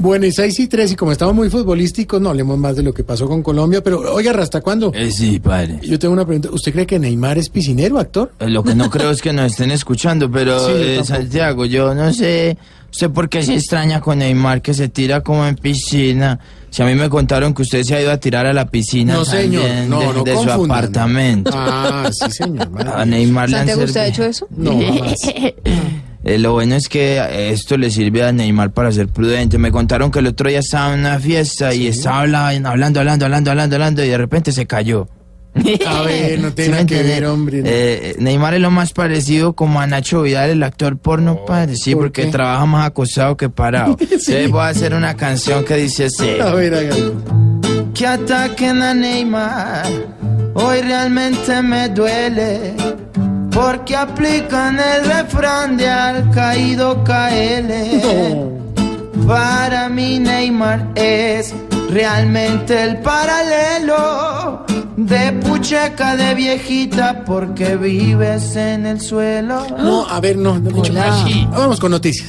Bueno, y 6 y 3, y como estamos muy futbolísticos, no hablemos más de lo que pasó con Colombia, pero oiga, ¿hasta cuándo? Eh, sí, padre. Yo tengo una pregunta, ¿usted cree que Neymar es piscinero, actor? Eh, Lo que no creo es que nos estén escuchando, pero Sí, yo eh, tampoco. Santiago, yo no sé, sé por qué se extraña con Neymar que se tira como en piscina. Si a mí me contaron que usted se ha ido a tirar a la piscina No, señor, también no, de, no de su confundan. apartamento. Ah, sí, señor. madre. A Neymar le han ¿Santiago usted ha servido- hecho eso? No, jamás. Eh, lo bueno es que eh, esto le sirve a Neymar para ser prudente. Me contaron que el otro día estaba en una fiesta y estaba habla- hablando, hablando, hablando, hablando, hablando y de repente se cayó. A ver, no ¿Sí tiene me nada que entiende? ver, hombre. no. Eh, Neymar es lo más parecido como a Nacho Vidal, el actor porno, padre. Sí, ¿por porque qué? trabaja más acostado que parado. Entonces voy a hacer una canción que dice así. A ver, hágalo. Que ataquen a Neymar, hoy realmente me duele. Porque aplican el refrán de al caído KL. No. Para mí Neymar es realmente el paralelo de pucheca de viejita porque vives en el suelo. No, a ver, no. no, Hola. Vamos con noticias.